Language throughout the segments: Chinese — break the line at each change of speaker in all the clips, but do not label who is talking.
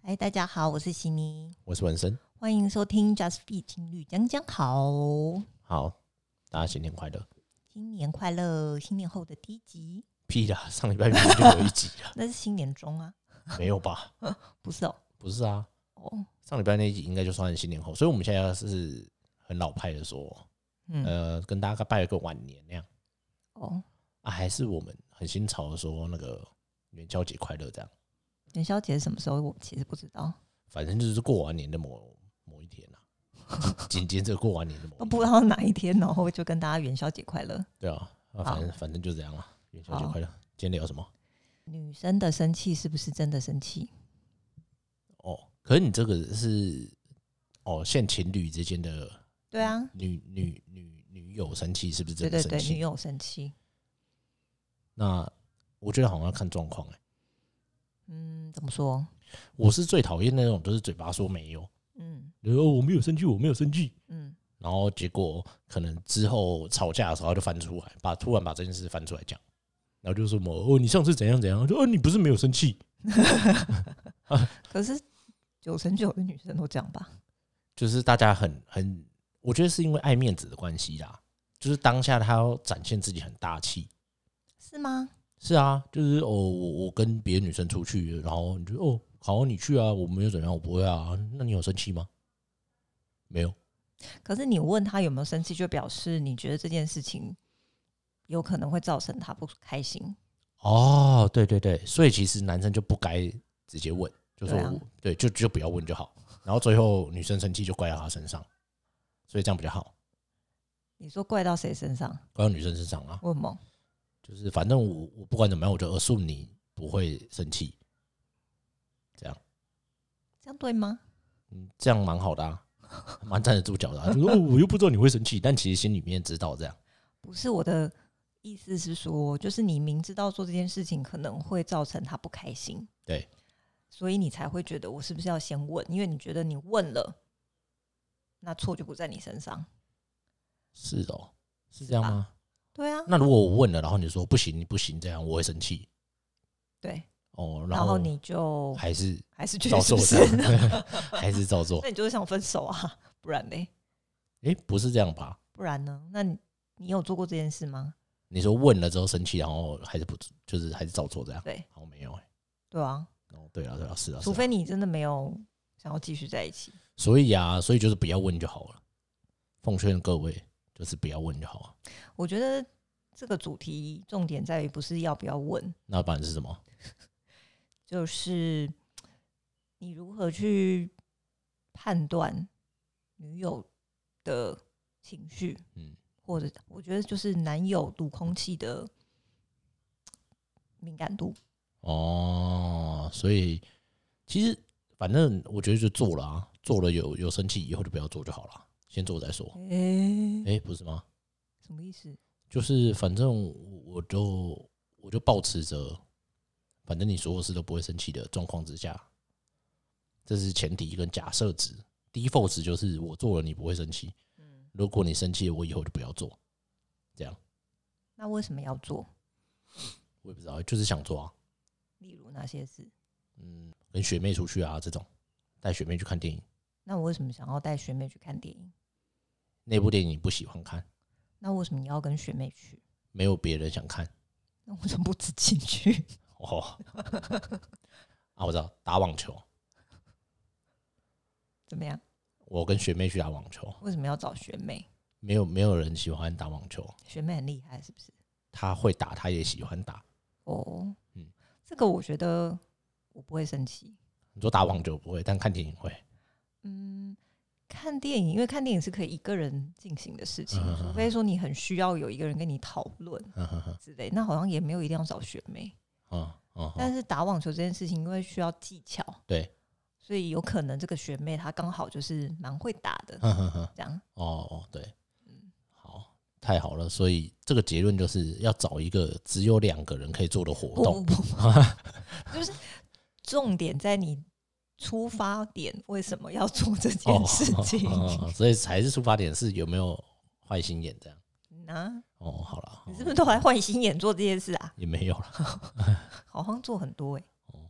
嗨，哎大家好，我是悉尼，
我是文生。
欢迎收听 Just Be 情侣讲讲好，
好，大家新年快乐！
新年快乐，新年后的第一集，
屁啦，上礼拜明明就有一集了，
那是新年中啊，
没有吧？
不是哦，
不是啊，
哦，
上礼拜那一集应该就算是新年后，所以我们现在是很老派的说，
嗯，
呃，跟大家拜个晚年那样
哦，
啊，还是我们很新潮的说那个元宵节快乐这样，
元宵节是什么时候？我其实不知道，
反正就是过完年的某某一天啊，紧接着过完年的某
都啊
一
不
天，
知道哪一天，然后就跟大家元宵节快乐。
对啊，啊
好
反正反正就这样啊，元宵节快乐。今天聊什么？
女生的生气是不是真的生气？
哦，可是你这个是哦，现情侣之间的
对啊，
女女女女友生气是不是
对
真的
对
生
对，
气？
女友生气，
那我觉得好像要看状况哎。
嗯，怎么说？
我是最讨厌那种就是嘴巴说没有，
嗯
然后、哦、我没有生气，我没有生气，
嗯，
然后结果可能之后吵架的时候他就翻出来，把突然把这件事翻出来讲，然后就说什么哦你上次怎样怎样，我就哦你不是没有生气，
可是九成九的女生都这样吧？
就是大家很很，我觉得是因为爱面子的关系啦，就是当下他要展现自己很大气，
是吗？
是啊，就是哦，我我跟别的女生出去，然后你就哦，好啊，你去啊，我没有怎样，我不会啊，那你有生气吗？没有，
可是你问他有没有生气，就表示你觉得这件事情有可能会造成他不开心。
哦，对对对，所以其实男生就不该直接问，就说
对啊
我对，就就不要问就好，然后最后女生生气就怪到他身上，所以这样比较好，
你说怪到谁身上？
怪到女生身上啊，
为什么？
就是反正我我不管怎么样，我就 assume 你不会生气，
这样对吗？
嗯，这样蛮好的啊，蛮站得住脚的、啊，就说、哦、我又不知道你会生气，但其实心里面知道这样。
不是我的意思是说，就是你明知道做这件事情可能会造成他不开心，
对，
所以你才会觉得我是不是要先问？因为你觉得你问了，那错就不在你身上。
是哦，是这样吗？
对啊，
那如果我问了，然后你说不行，你不行，这样我会生气
对，
哦。
然
后
后你就
还是
还是觉
照
得是
做
不是
这？样， 还是照做
那。你就是想分手啊？不然嘞？
诶，不是这样吧？
不然呢？那你你有做过这件事吗？
你说问了之后生气，然后还是不就是还是照做这样？
对，
好像没有诶。
对啊，
哦，对啊，对啊，是啊，是
除
啊
非你真的没有想要继续在一起。
所以啊，所以就是不要问就好了。奉劝各位，就是不要问就好啊。
我觉得这个主题重点在于不是要不要问，
那不然是什么？
就是你如何去判断女友的情绪，
嗯，
或者我觉得就是男友读空气的敏感度。
哦，所以其实反正我觉得就做了啊，做了有有生气以后就不要做就好了，先做再说。
诶、
诶，不是吗？
什么意思？
就是反正我我就我就保持着，反正你所有事都不会生气的状况之下，这是前提跟假设值。default 值就是我做了你不会生气，
嗯，
如果你生气了，我以后就不要做。这样
那为什么要做？
我也不知道，就是想做啊，
例如哪些事？
嗯，跟学妹出去啊这种，带学妹去看电影，
那我为什么想要带学妹去看电影？
那部电影你不喜欢看，
那为什么你要跟学妹去？
没有别人想看，
那为什么不自己去？
哦， 啊我知道打网球，
怎么样？
我跟学妹去打网球，
为什么要找学妹？
没有没有人喜欢打网球，
学妹很厉害，是不是？
他会打，他也喜欢打。
哦，
嗯
这个我觉得我不会生气。
你说打网球不会，但看电影会。
嗯，看电影，因为看电影是可以一个人进行的事情，
嗯嗯嗯
除非说你很需要有一个人跟你讨论
嗯哼哼，
之类，那好像也没有一定要找学妹。
嗯嗯哼，
但是打网球这件事情，因为需要技巧，
对，
所以有可能这个学妹她刚好就是蛮会打的，
嗯哼哼，
这样。
哦哦，对，
嗯
好，太好了。所以这个结论就是要找一个只有两个人可以做的活
不不
动。
不， 就是重点在你出发点为什么要做这件事 情
哦哦哦哦所以才是出发点是有没有坏心眼这样。
啊？
哦，好了，
你是不是都还换心眼做这些事啊？
也没有了？
好像做很多哎、
哦，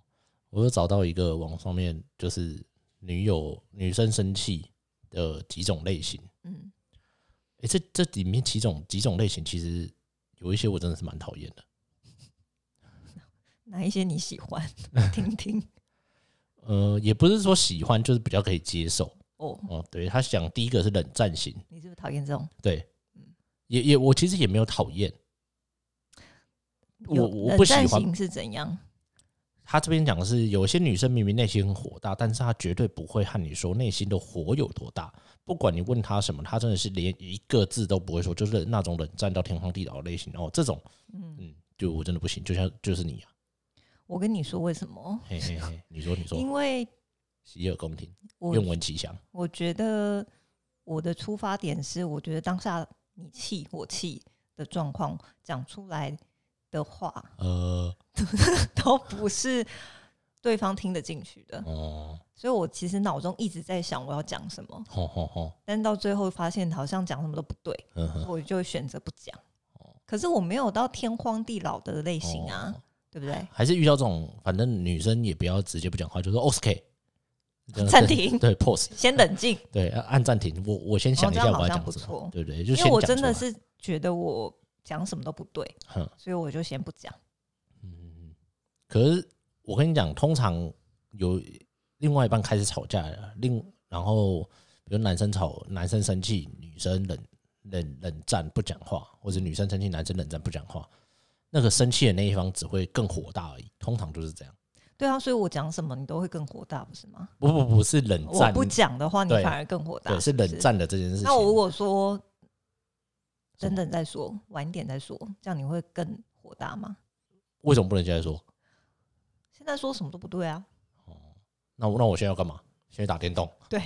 我又找到一个网上面就是女友女生生气的几种类型。
嗯，
诶，这这里面几种几种类型，其实有一些我真的是蛮讨厌的。
哪一些你喜欢？ 听听
呃，也不是说喜欢，就是比较可以接受。
哦，
哦，对他讲第一个是冷战型，
你是不是讨厌这种？
对，也也我其实也没有讨厌，我
有
我
冷
不喜
战
欢
型是怎样？
他这边讲的是，有些女生明明内心很火大，但是她绝对不会和你说内心的火有多大。不管你问她什么，她真的是连一个字都不会说，就是那种冷战到天荒地老的类型。哦，这种，
嗯，
嗯，就我真的不行，就像就是你啊，
我跟你说为什么？
嘿嘿嘿，你说你说，
因为
洗耳恭听，
我
愿闻其详。
我觉得我的出发点是，我觉得当下你气我气的状况讲出来的话，
呃，
都不是对方听得进去的。
哦，
所以我其实脑中一直在想我要讲什么，
吼吼吼，
但到最后发现好像讲什么都不对，
嗯哼，
我就选择不讲
哦。
可是我没有到天荒地老的类型啊，
哦
对不对？
还是遇到这种，反正女生也不要直接不讲话，就说 OK，这 样
暂停
对 pause，
先冷静，
对，啊按暂停，我我先想
哦
一
这
下
样好
我要
像
讲
不
什
错
么，对不对？就
因
先
为我
讲出
真的
来，
是觉得我讲什么都不对，
哼
所以我就先不讲。
嗯，可是我跟你讲，通常有另外一半开始吵架了，另然后比如男生吵，男生生气，女生冷冷冷战不讲话，或者女生生气，男生冷战不讲话，那个生气的那一方只会更火大而已，通常就是这样。
对啊，所以我讲什么你都会更火大，不是吗？
不不不是冷
我
战，
不讲的话，你
对
反而更火大。
对，是冷战的这件事情。
那我如果说
什
等
么
等再说，晚点再说，这样你会更火大吗？
为什么不能现在说？
现在说什么都不对啊，
那我那我现在要干嘛？先去打电动。
对，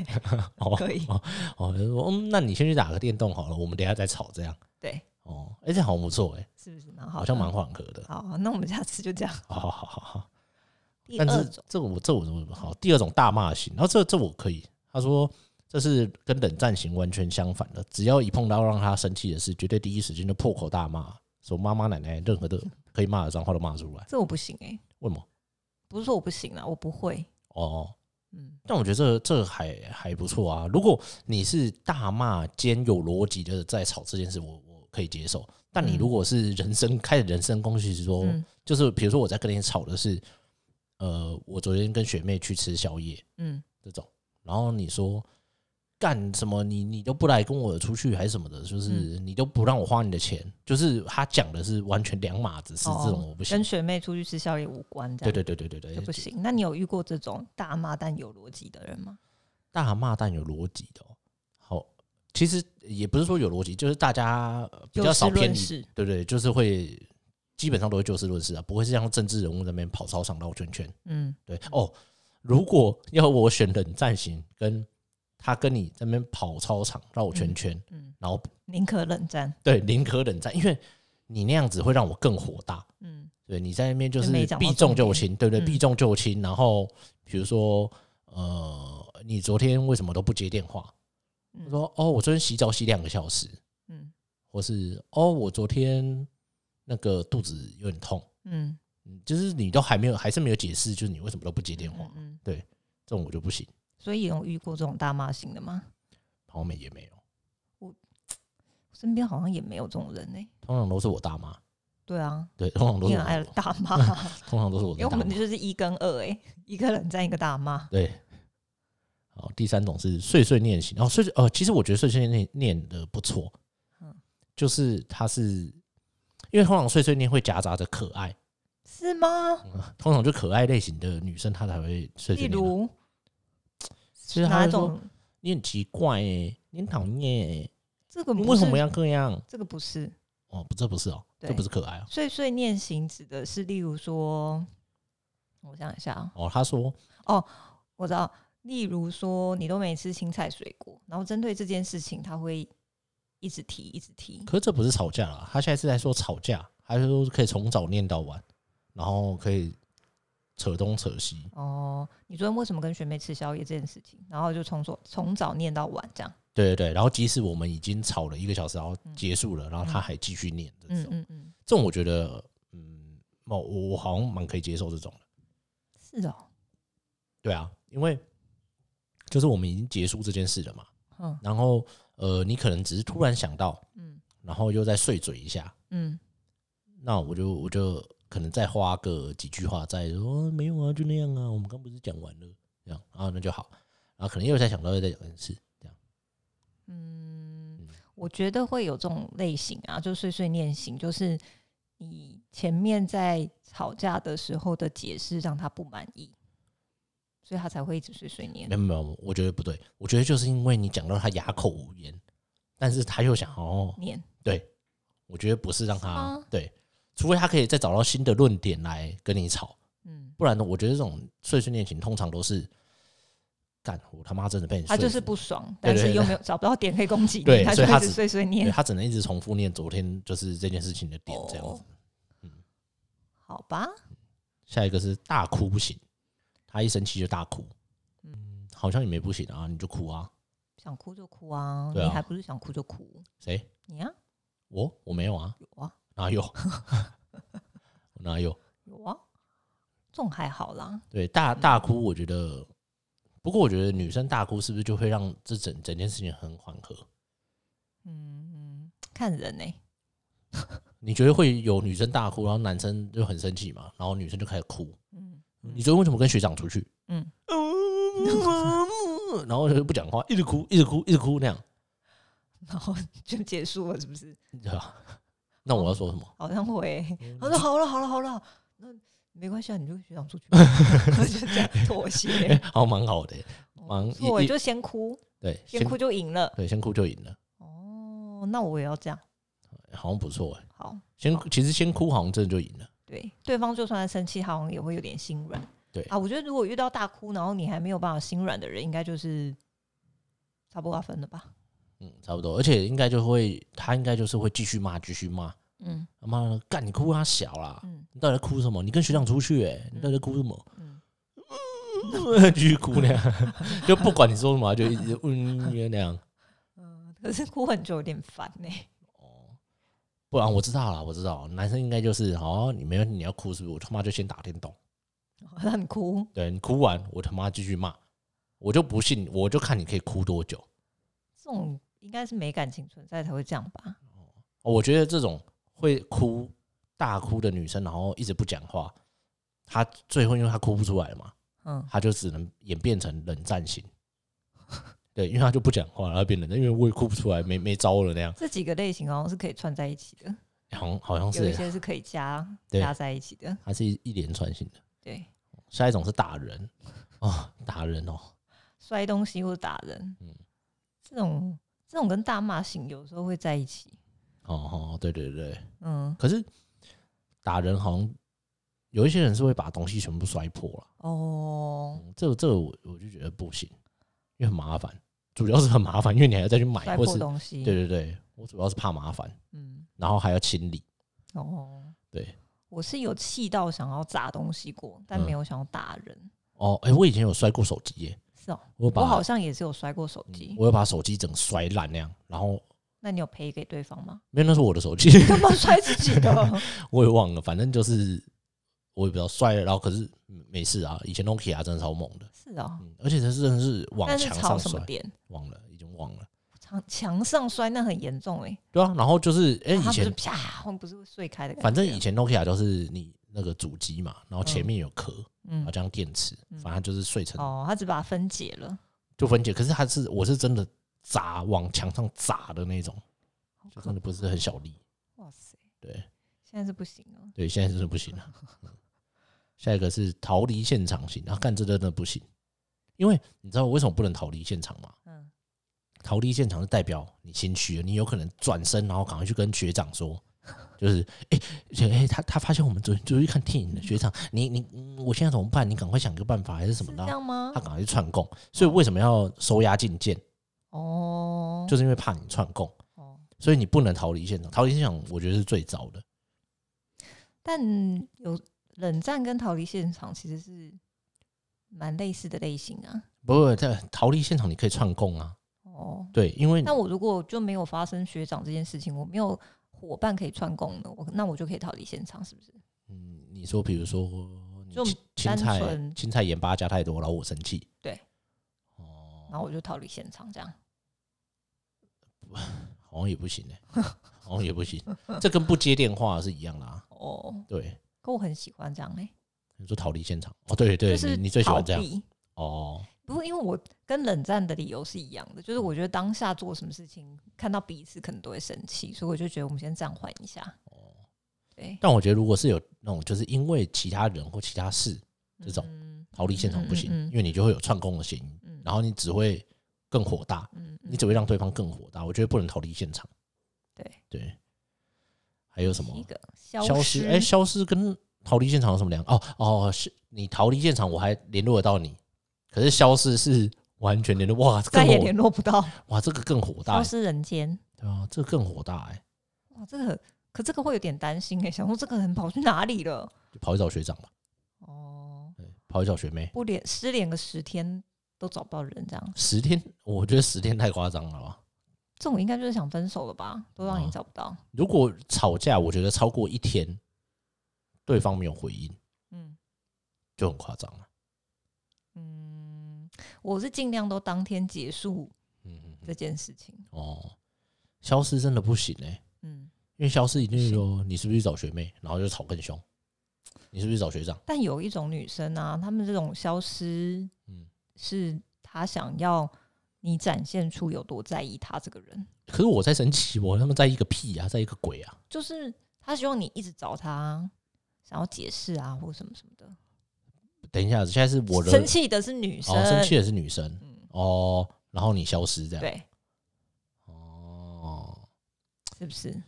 哦，
可以
哦哦，就说嗯，那你先去打个电动好了，我们等一下再吵这样。
对，
哦，哎、这好像不错哎、
是不是蛮好的？
好像蛮缓和的。
好。那我们下次就这样。
好好好好好。
第
但
二
是
种，
这个我这我怎么好？第二种大骂型，然后这这我可以。他说这是跟冷战型完全相反的，只要一碰到让他生气的事，绝对第一时间就破口大骂，说妈妈奶奶任何的可以骂的脏话都骂出来。
这我不行哎、
为什么？
不是说我不行啦，啊我不会。
哦，
嗯，
但我觉得这这还还不错啊。如果你是大骂兼有逻辑的在吵这件事，我我可以接受。但你
嗯
如果是人身开人身攻击，是说、
嗯
就是比如说我在跟你吵的是，呃，我昨天跟学妹去吃宵夜
嗯，
这种，然后你说干什么你你都不来跟我出去还是什么的，就是
嗯
你都不让我花你的钱，就是他讲的是完全两码子事，这种
哦
我不行
跟。学妹出去吃宵夜无关，这
对
样
对对对对对，
就不行。那你有遇过这种大骂但有逻辑的人吗？
大骂但有逻辑的、哦。好，其实也不是说有逻辑，就是大家呃比
就
较少
事
偏
论
离，
事
对对，就是会基本上都会就事论事啊，不会是像政治人物在那边跑操场绕圈圈。
嗯，
对哦，如果要我选冷战型，跟他跟你在那边跑操场绕圈圈，
嗯
然后
宁可冷战。
对宁可冷战，因为你那样子会让我更火大。
嗯
对你在那边就
就是没讲到
避
重
重就
点
轻，对不对？
嗯
避重就轻。然后比如说，呃，你昨天为什么都不接电话？
嗯
我说哦，我昨天洗澡洗两个小时，
嗯
或是哦，我昨天那个肚子有点痛，
嗯，
嗯就是你都还没有，还是没有解释，就是你为什么都不接电话
嗯，嗯
这种我就不行，
所以有遇过这种大骂型的吗？
好像没也没有，
身边好像也没有这种人呢、
通常都是我大妈，
对啊，
对，通常都
你
是
很爱
我，
大骂，
通常都是我
因为
的
我
大
们
妈，
就是一跟二哎、一个冷战，一个大骂。
对。好，第三种是碎碎念型，然后碎碎呃，其实我觉得碎碎念念的不错，
嗯
就是它是因为通常碎碎念会夹杂着可爱，
是吗？
通常就可爱类型的女生她才会碎
嗯例
碎念啊。
如
其实她
哪
会说
种？
你很奇怪欸，你很讨厌欸，
这个
你
不
为什
是
么要这样？
这个不是
哦，不，这不是哦，
对
这不是可爱哦。
碎碎念型，指的是例如说，我想一下啊，
哦，他说，
我知道，例如说你都没吃青菜水果，然后针对这件事情，他会一直提，一直提。
可是这不是吵架啦，他现在是在说吵架，他是说可以从早念到晚，然后可以扯东扯西。
哦，你昨天为什么跟学妹吃宵夜这件事情，然后就从早从早念到晚这样。
对对对，然后即使我们已经吵了一个小时，然后结束了，然后他还继续念这
嗯
种，
嗯嗯，
这种我觉得，嗯，哦我我好像蛮可以接受这种的。
是哦，
对啊，因为就是我们已经结束这件事了嘛，
嗯
然后呃，你可能只是突然想到，
嗯
然后又再碎嘴一下，
嗯
那我就我就可能再花个几句话再说、哦没有啊，就那样啊，我们刚不是讲完了这样啊，那就好，然后可能又再想到又再讲一次，这样
嗯，我觉得会有这种类型啊，就碎碎念型，就是你前面在吵架的时候的解释让他不满意，所以他才会一直碎碎念
没。有没有，我觉得不对，我觉得就是因为你讲到他哑口无言，但是他又想哦，
念
我觉得不是让他
是吗
对，除非他可以再找到新的论点来跟你吵，
嗯，
不然呢，我觉得这种碎碎念情通常都是干我他妈真的被你
他就
说
是
服
不爽，
对
但
对
是
对
又没有找不到点可以攻击你，
对
他就
所以他
一直
只
碎碎
对啊
念。
他只能一直重复念昨天就是这件事情的点这样子。
哦好吧，
下一个是大哭不行，他一生气就大哭，嗯，好像也没不行啊，你就哭啊，
想哭就哭啊，
对啊
你还不是想哭就哭？
谁
你啊，
我我没有啊，
有啊，
哪有 我哪有？
有啊，这种还好啦。
对，大大哭，我觉得，不过我觉得女生大哭是不是就会让这整整件事情很缓和？
嗯嗯，看人呢、
你觉得会有女生大哭，然后男生就很生气嘛，然后女生就开始哭。
嗯
你昨天为什么跟学长出去？ 嗯
嗯，
然后就不讲话，一直哭，一直哭，一直哭那样，
然后就结束了，是不是？
对吧？那我要说什么？
好像会、
嗯
他说好了，好了，好了，那没关系啊，你就跟学长出去， 就这样妥协。
好像蛮好的、哎忙
哦不
也
错欸
也
就先哭，
对，
先哭，就赢了。
对，先哭就赢了，
哦，那我也要这样。
好像不错哎、
好，
先其实先哭好像真的就赢了，
对，对方就算生气，他好像也会有点心软。
对
啊，我觉得如果遇到大哭，然后你还没有办法心软的人，应该就是差不多要分了吧？
嗯，差不多，而且应该就会，他应该就是会继续骂，继续骂，
嗯
他妈的，干你哭他小啦，
嗯
你到底在哭什么？你跟学长出去、欸，你到底在哭什么？
嗯，
继续哭那样， 就不管你说什么，就一直嗯那样。
可是哭很久有点烦呢、
哦，不然我知道了，我知道，男生应该就是哦，你没问题，你要哭是不是？我他妈就先打电动，
让你哭，
对你哭完，我他妈继续骂，我就不信，我就看你可以哭多久。
这种应该是没感情存在才会这样吧？
哦我觉得这种会哭大哭的女生，然后一直不讲话，她最后因为她哭不出来嘛，
嗯，
她就只能演变成冷战型。对，因为她就不讲话，然后变冷战，因为我也哭不出来，没没招了那样，
这几个类型好像是可以串在一起的，
好像好像
有一
哦是
些是可以加
对
加在一起的。
它是一一连串性的。
对，
下一种是打人哦，打人哦，
摔东西或打人，
嗯
这种这种跟大骂型有时候会在一起。
哦哦，对对对，
嗯，
可是打人好像有一些人是会把东西全部摔破了，
哦，
嗯这这我我就觉得不行，因为很麻烦，主要是很麻烦，因为你还要再去买
摔
哎或
破
是
东西，
对对对，我主要是怕麻烦，
嗯，
然后还要清理，
哦，
对，
我是有气到想要砸东西过，但
嗯
没有想要打人。
哦，哎、我以前有摔过手机耶，
是哦，
我有把
我好像也是有摔过手机。
我有把手机整个摔烂那样，然后
那你有赔给对方吗？
没有那是我的手机，
干嘛摔自己的？
我也忘了，反正就是我也不知道摔了，然后可是嗯没事啊。以前 Nokia 真的超猛的，
是哦，
嗯，而且它是真的是往
但是
墙
吵
上
什么
摔，
点？
忘了已经忘了。
墙墙上摔那很严重哎、欸，
对啊，然后就是哎、
它
以
不是
前
啪，后面不是会啊碎开的感觉。
反正以前 Nokia 就是你那个主机嘛，然后前面有壳，
嗯
好，像电池，
嗯
反正就是碎成
哦，他只把它分解了，
就分解。可是它是我是真的砸往墙上砸的那种，
好
就
可
真的不是很小力。
哇塞，
对
现在是不行了。
对，现在真的不行了。嗯下一个是逃离现场型，啊，干这真的不行，因为你知道我为什么不能逃离现场吗？
嗯，
逃离现场是代表你心虚了，你有可能转身，然后赶快去跟学长说，就是哎哎、诶他他发现我们昨天昨天去看电影了，学长，你你、嗯我现在怎么办？你赶快想个办法还是什
是哦
么的
这
啊？
样吗
他？赶快去串供，所以为什么要收押禁见？
哦，
就是因为怕你串供，
哦，
所以你不能逃离现场。逃离现场，我觉得是最糟的。
但有冷战跟逃离现场其实是蛮类似的类型啊。
不不，在逃离现场你可以串供啊，
哦，
对，因为
那我如果就没有发生学长这件事情，我没有伙伴可以串供呢，我那我就可以逃离现场，是不是？
嗯，你说比如说你
就
青青
单
菜
纯
青菜盐巴加太多，然后我生气。
对，
哦，
然后我就逃离现场，这样
好像也不行哎、好像也不行，这跟不接电话是一样啦。
哦。
对，
可我很喜欢这样哎、
你说逃离现场哦，对对，
就是
你你最喜欢
逃
这样
避
哦。
不过，因为我跟冷战的理由是一样的，
嗯
就是我觉得当下做什么事情，看到彼此可能都会生气，所以我就觉得我们先暂缓一下。
哦
对，
但我觉得如果是有那种就是因为其他人或其他事这种
嗯
逃离现场不行，
嗯嗯嗯
因为你就会有串供的嫌疑，
嗯
然后你只会更火大，
嗯，嗯
你只会让对方更火大。我觉得不能逃离现场。
对
对，还有什么
一个消
消失？
失？
哎、消失跟逃离现场有什么两？哦哦，是你逃离现场，我还联络得到你，可是消失是完全联络，哇，这
再
更
也
火
联络不到，
哇，这个更火大、
消
欸，
失人间。
对啊，这个更火大哎、
哇，这个可这个会有点担心哎、想说这个人跑去哪里了？
就跑去找学长吧，
哦，
对跑去找学妹，
不联失联个十天都找不到人，这样
十天，我觉得十天太夸张了吧。
这种应该就是想分手了吧？都让
哦
你找不到，
如果吵架，我觉得超过一天，对方没有回应，
嗯
就很夸张了。
嗯，我是尽量都当天结束
嗯嗯，嗯
这件事情，
哦，消失真的不行哎、
嗯，
因为消失一定是说你是不是去找学妹，然后就吵更凶，你是不是去找学长？
但有一种女生啊，她们这种消失
嗯，
是她想要你展现出有多在意她这个人，
可是我在生气，我他妈在意个屁啊，在意个鬼啊！
就是她希望你一直找她，啊想要解释啊或什么什么的。
等一下，现在是我惹
生气的是女生，
哦，生气的是女生
嗯，
哦，然后你消失这样，
对，
哦，
是不是？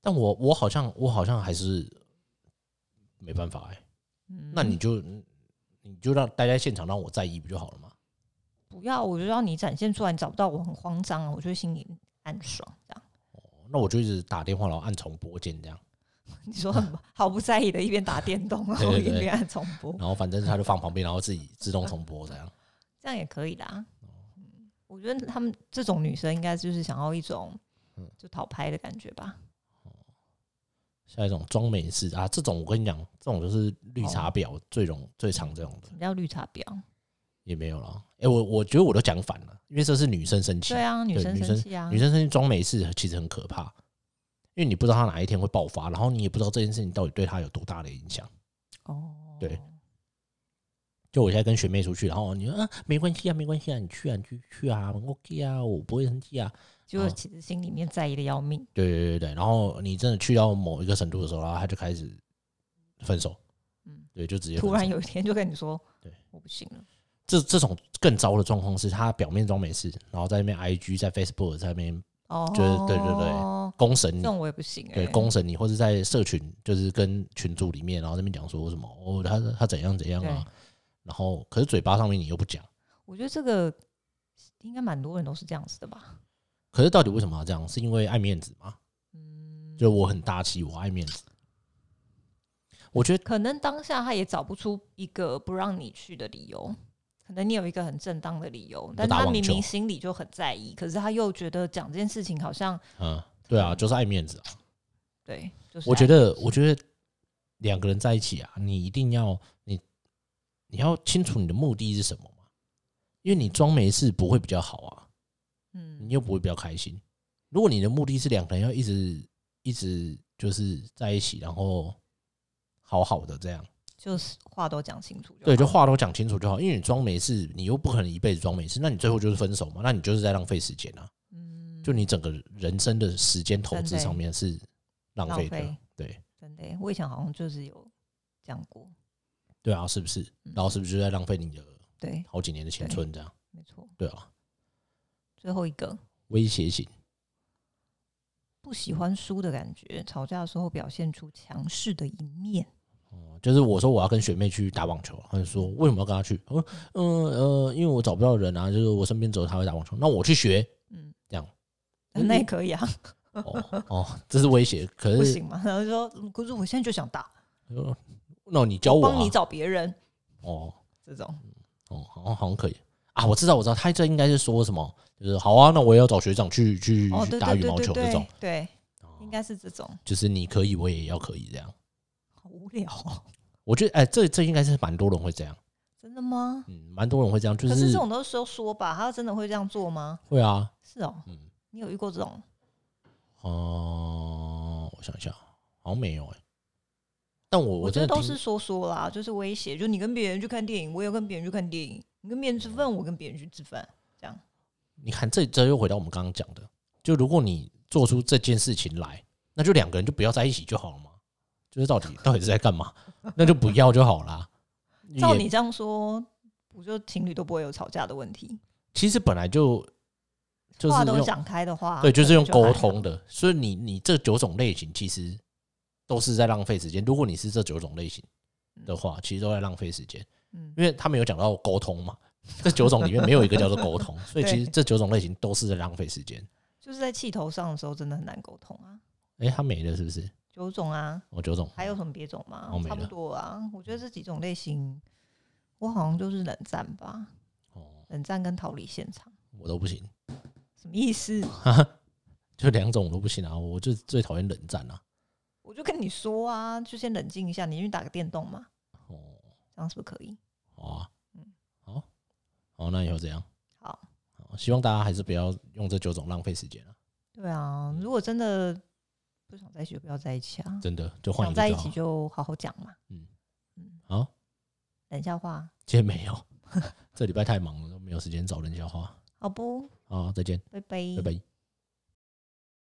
但我我好像我好像还是没办法哎、
嗯
那你就你就让待在现场让我在意不就好了吗？
不要，我就让你展现出来，你找不到我很慌张啊，我就会心里暗爽。这样
哦那我就一直打电话，然后按重播键这样，
你 说很毫不在意的，一边打电动，然后
对
一
对
边按重播，
然后反正他就放旁边，然后自己自动重播这样。
这样也可以啦。
哦
嗯我觉得他们这种女生应该就是想要一种
嗯
就讨拍的感觉吧。
像一种装美式啊，这种我跟你讲，这种就是绿茶
哦
婊最容最常这种的
什么叫绿茶婊？
也没有了。哎，我我觉得我都讲反了，因为这是女生生气
对，啊，女
对
生
女
生气啊，
女生生气装美式其实很可怕，因为你不知道她哪一天会爆发，然后你也不知道这件事情到底对她有多大的影响。
哦，
对就我现在跟学妹出去，然后你说啊没关系啊，没关系啊，你去啊，你去去啊，OK 啊，我不会生气啊，
就
哦
其实心里面在意的要命。
对对对对，然后你真的去到某一个程度的时候，然后他就开始分手，
嗯，
对，就直接分
突
手
然有一天就跟你说，
对，
我不行了。
这这种更糟的状况是，他表面装没事，然后在那边 IG 在 Facebook 在那边
哦，
就是对对对公审
这
你，
种我也不行、欸。
对公审你，或者在社群就是跟群组里面，然后那边讲说什么哦他他怎样怎样啊，然后可是嘴巴上面你又不讲，
我觉得这个应该蛮多人都是这样子的吧。
可是到底为什么要这样？是因为爱面子吗？
嗯，
就我很大气，我爱面子，我觉得
可能当下他也找不出一个不让你去的理由，可能你有一个很正当的理由，但
打
他
网
明
球
明心里就很在意，可是他又觉得讲这件事情好像
嗯，对啊，就是爱面子啊。
对，就是哎
我觉
爱
得，我觉得两个人在一起啊，你一定要你你要清楚你的目的是什么嘛，因为你装没事不会比较好啊，
嗯
你又不会比较开心。如果你的目的是两个人要一直一直就是在一起，然后好好的这样，
就是话都讲清楚就好，
对，就话都讲清楚就好。因为你装没事，你又不可能一辈子装没事，那你最后就是分手嘛，那你就是在浪费时间啊，
嗯，
就你整个人生的时间投
真
资
的欸
上面是浪
浪
费的
费，
对。
真的欸，我以前好像就是有讲过，
对啊，是不是？然后是不是就在浪费你的
嗯对，
好几年的青春？这样
没错，
对啊，
最后一个
威胁型
不喜欢输的感觉，吵架的时候表现出强势的一面。
哦，就是我说我要跟学妹去打网球，她就说为什么要跟她去？我说嗯呃，因为我找不到人啊，就是我身边只有她会打网球，那我去学
嗯，
这样。
那也可以啊，
哦哦，这是威胁，可
不
是
行嘛？然后就说，嗯可是我现在就想打，
呃那你教我
帮
啊
你？找别人
哦
这种。
哦，好像好像可以啊，我知道我知道，她这应该是说什么？就是好啊，那我也要找学长去去
哦，
去
对
打
对
羽
对
毛
对
球这种
对，，对，
哦
应该是这种。
就是你可以，我也要可以这样。
好无聊哦，
我觉得，哎、这这应该是蛮多人会这样，
真的吗？
嗯，蛮多人会这样，就
可是
是
这种都是说说吧，他真的会这样做吗？
会啊，
是哦，
嗯，
你有遇过这种？
哦、我想一下，好像没有哎、但我
我觉
真
得
的
都
听
是说说啦，就是威胁，就你跟别人去看电影，我也跟别人去看电影；你跟别人吃
嗯
饭，我跟别人去吃饭。
你看这这又回到我们刚刚讲的，就如果你做出这件事情来，那就两个人就不要在一起就好了嘛。就是到底到底是在干嘛，那就不要就好 啦。
照
也
你这样说，不就情侣都不会有吵架的问题？
其实本来就就是
话都
用
讲开的话，
对，就是用
可能
沟
还好
通。的，所以你你这九种类型其实都是在浪费时间。如果你是这九种类型的话，其实都在浪费时间，
嗯，
因为他们有讲到沟通嘛，这九种里面没有一个叫做沟通，所以其实
对
这九种类型都是在浪费时间。
就是在气头上的时候，真的很难沟通啊。
哎，他没了是不是？
九种啊，
哦，九种
还有什么别种吗？
哦没
差不
了
多啊。我觉得这几种类型，我好像就是冷战吧，
哦，
冷战跟逃离现场，
我都不行。
什么意 思？
就两种我都不行啊，我就最讨厌冷战啊。
我就跟你说啊，就先冷静一下，你去打个电动嘛，
哦，
这样是不是可以？
好啊
嗯，
好，好，那以后这样，
好，
好希望大家还是不要用这九种浪费时间啊，
对啊，
嗯
如果真的不想在一起，就不要在一起啊。
真的就换
想
一
在
个
一
就
起
好。
就好好讲嘛。
嗯
嗯，
好，
冷笑话，
今天没有， 这礼拜太忙了，都没有时间找人家话。
好不？
好，再见，
拜拜，
拜拜。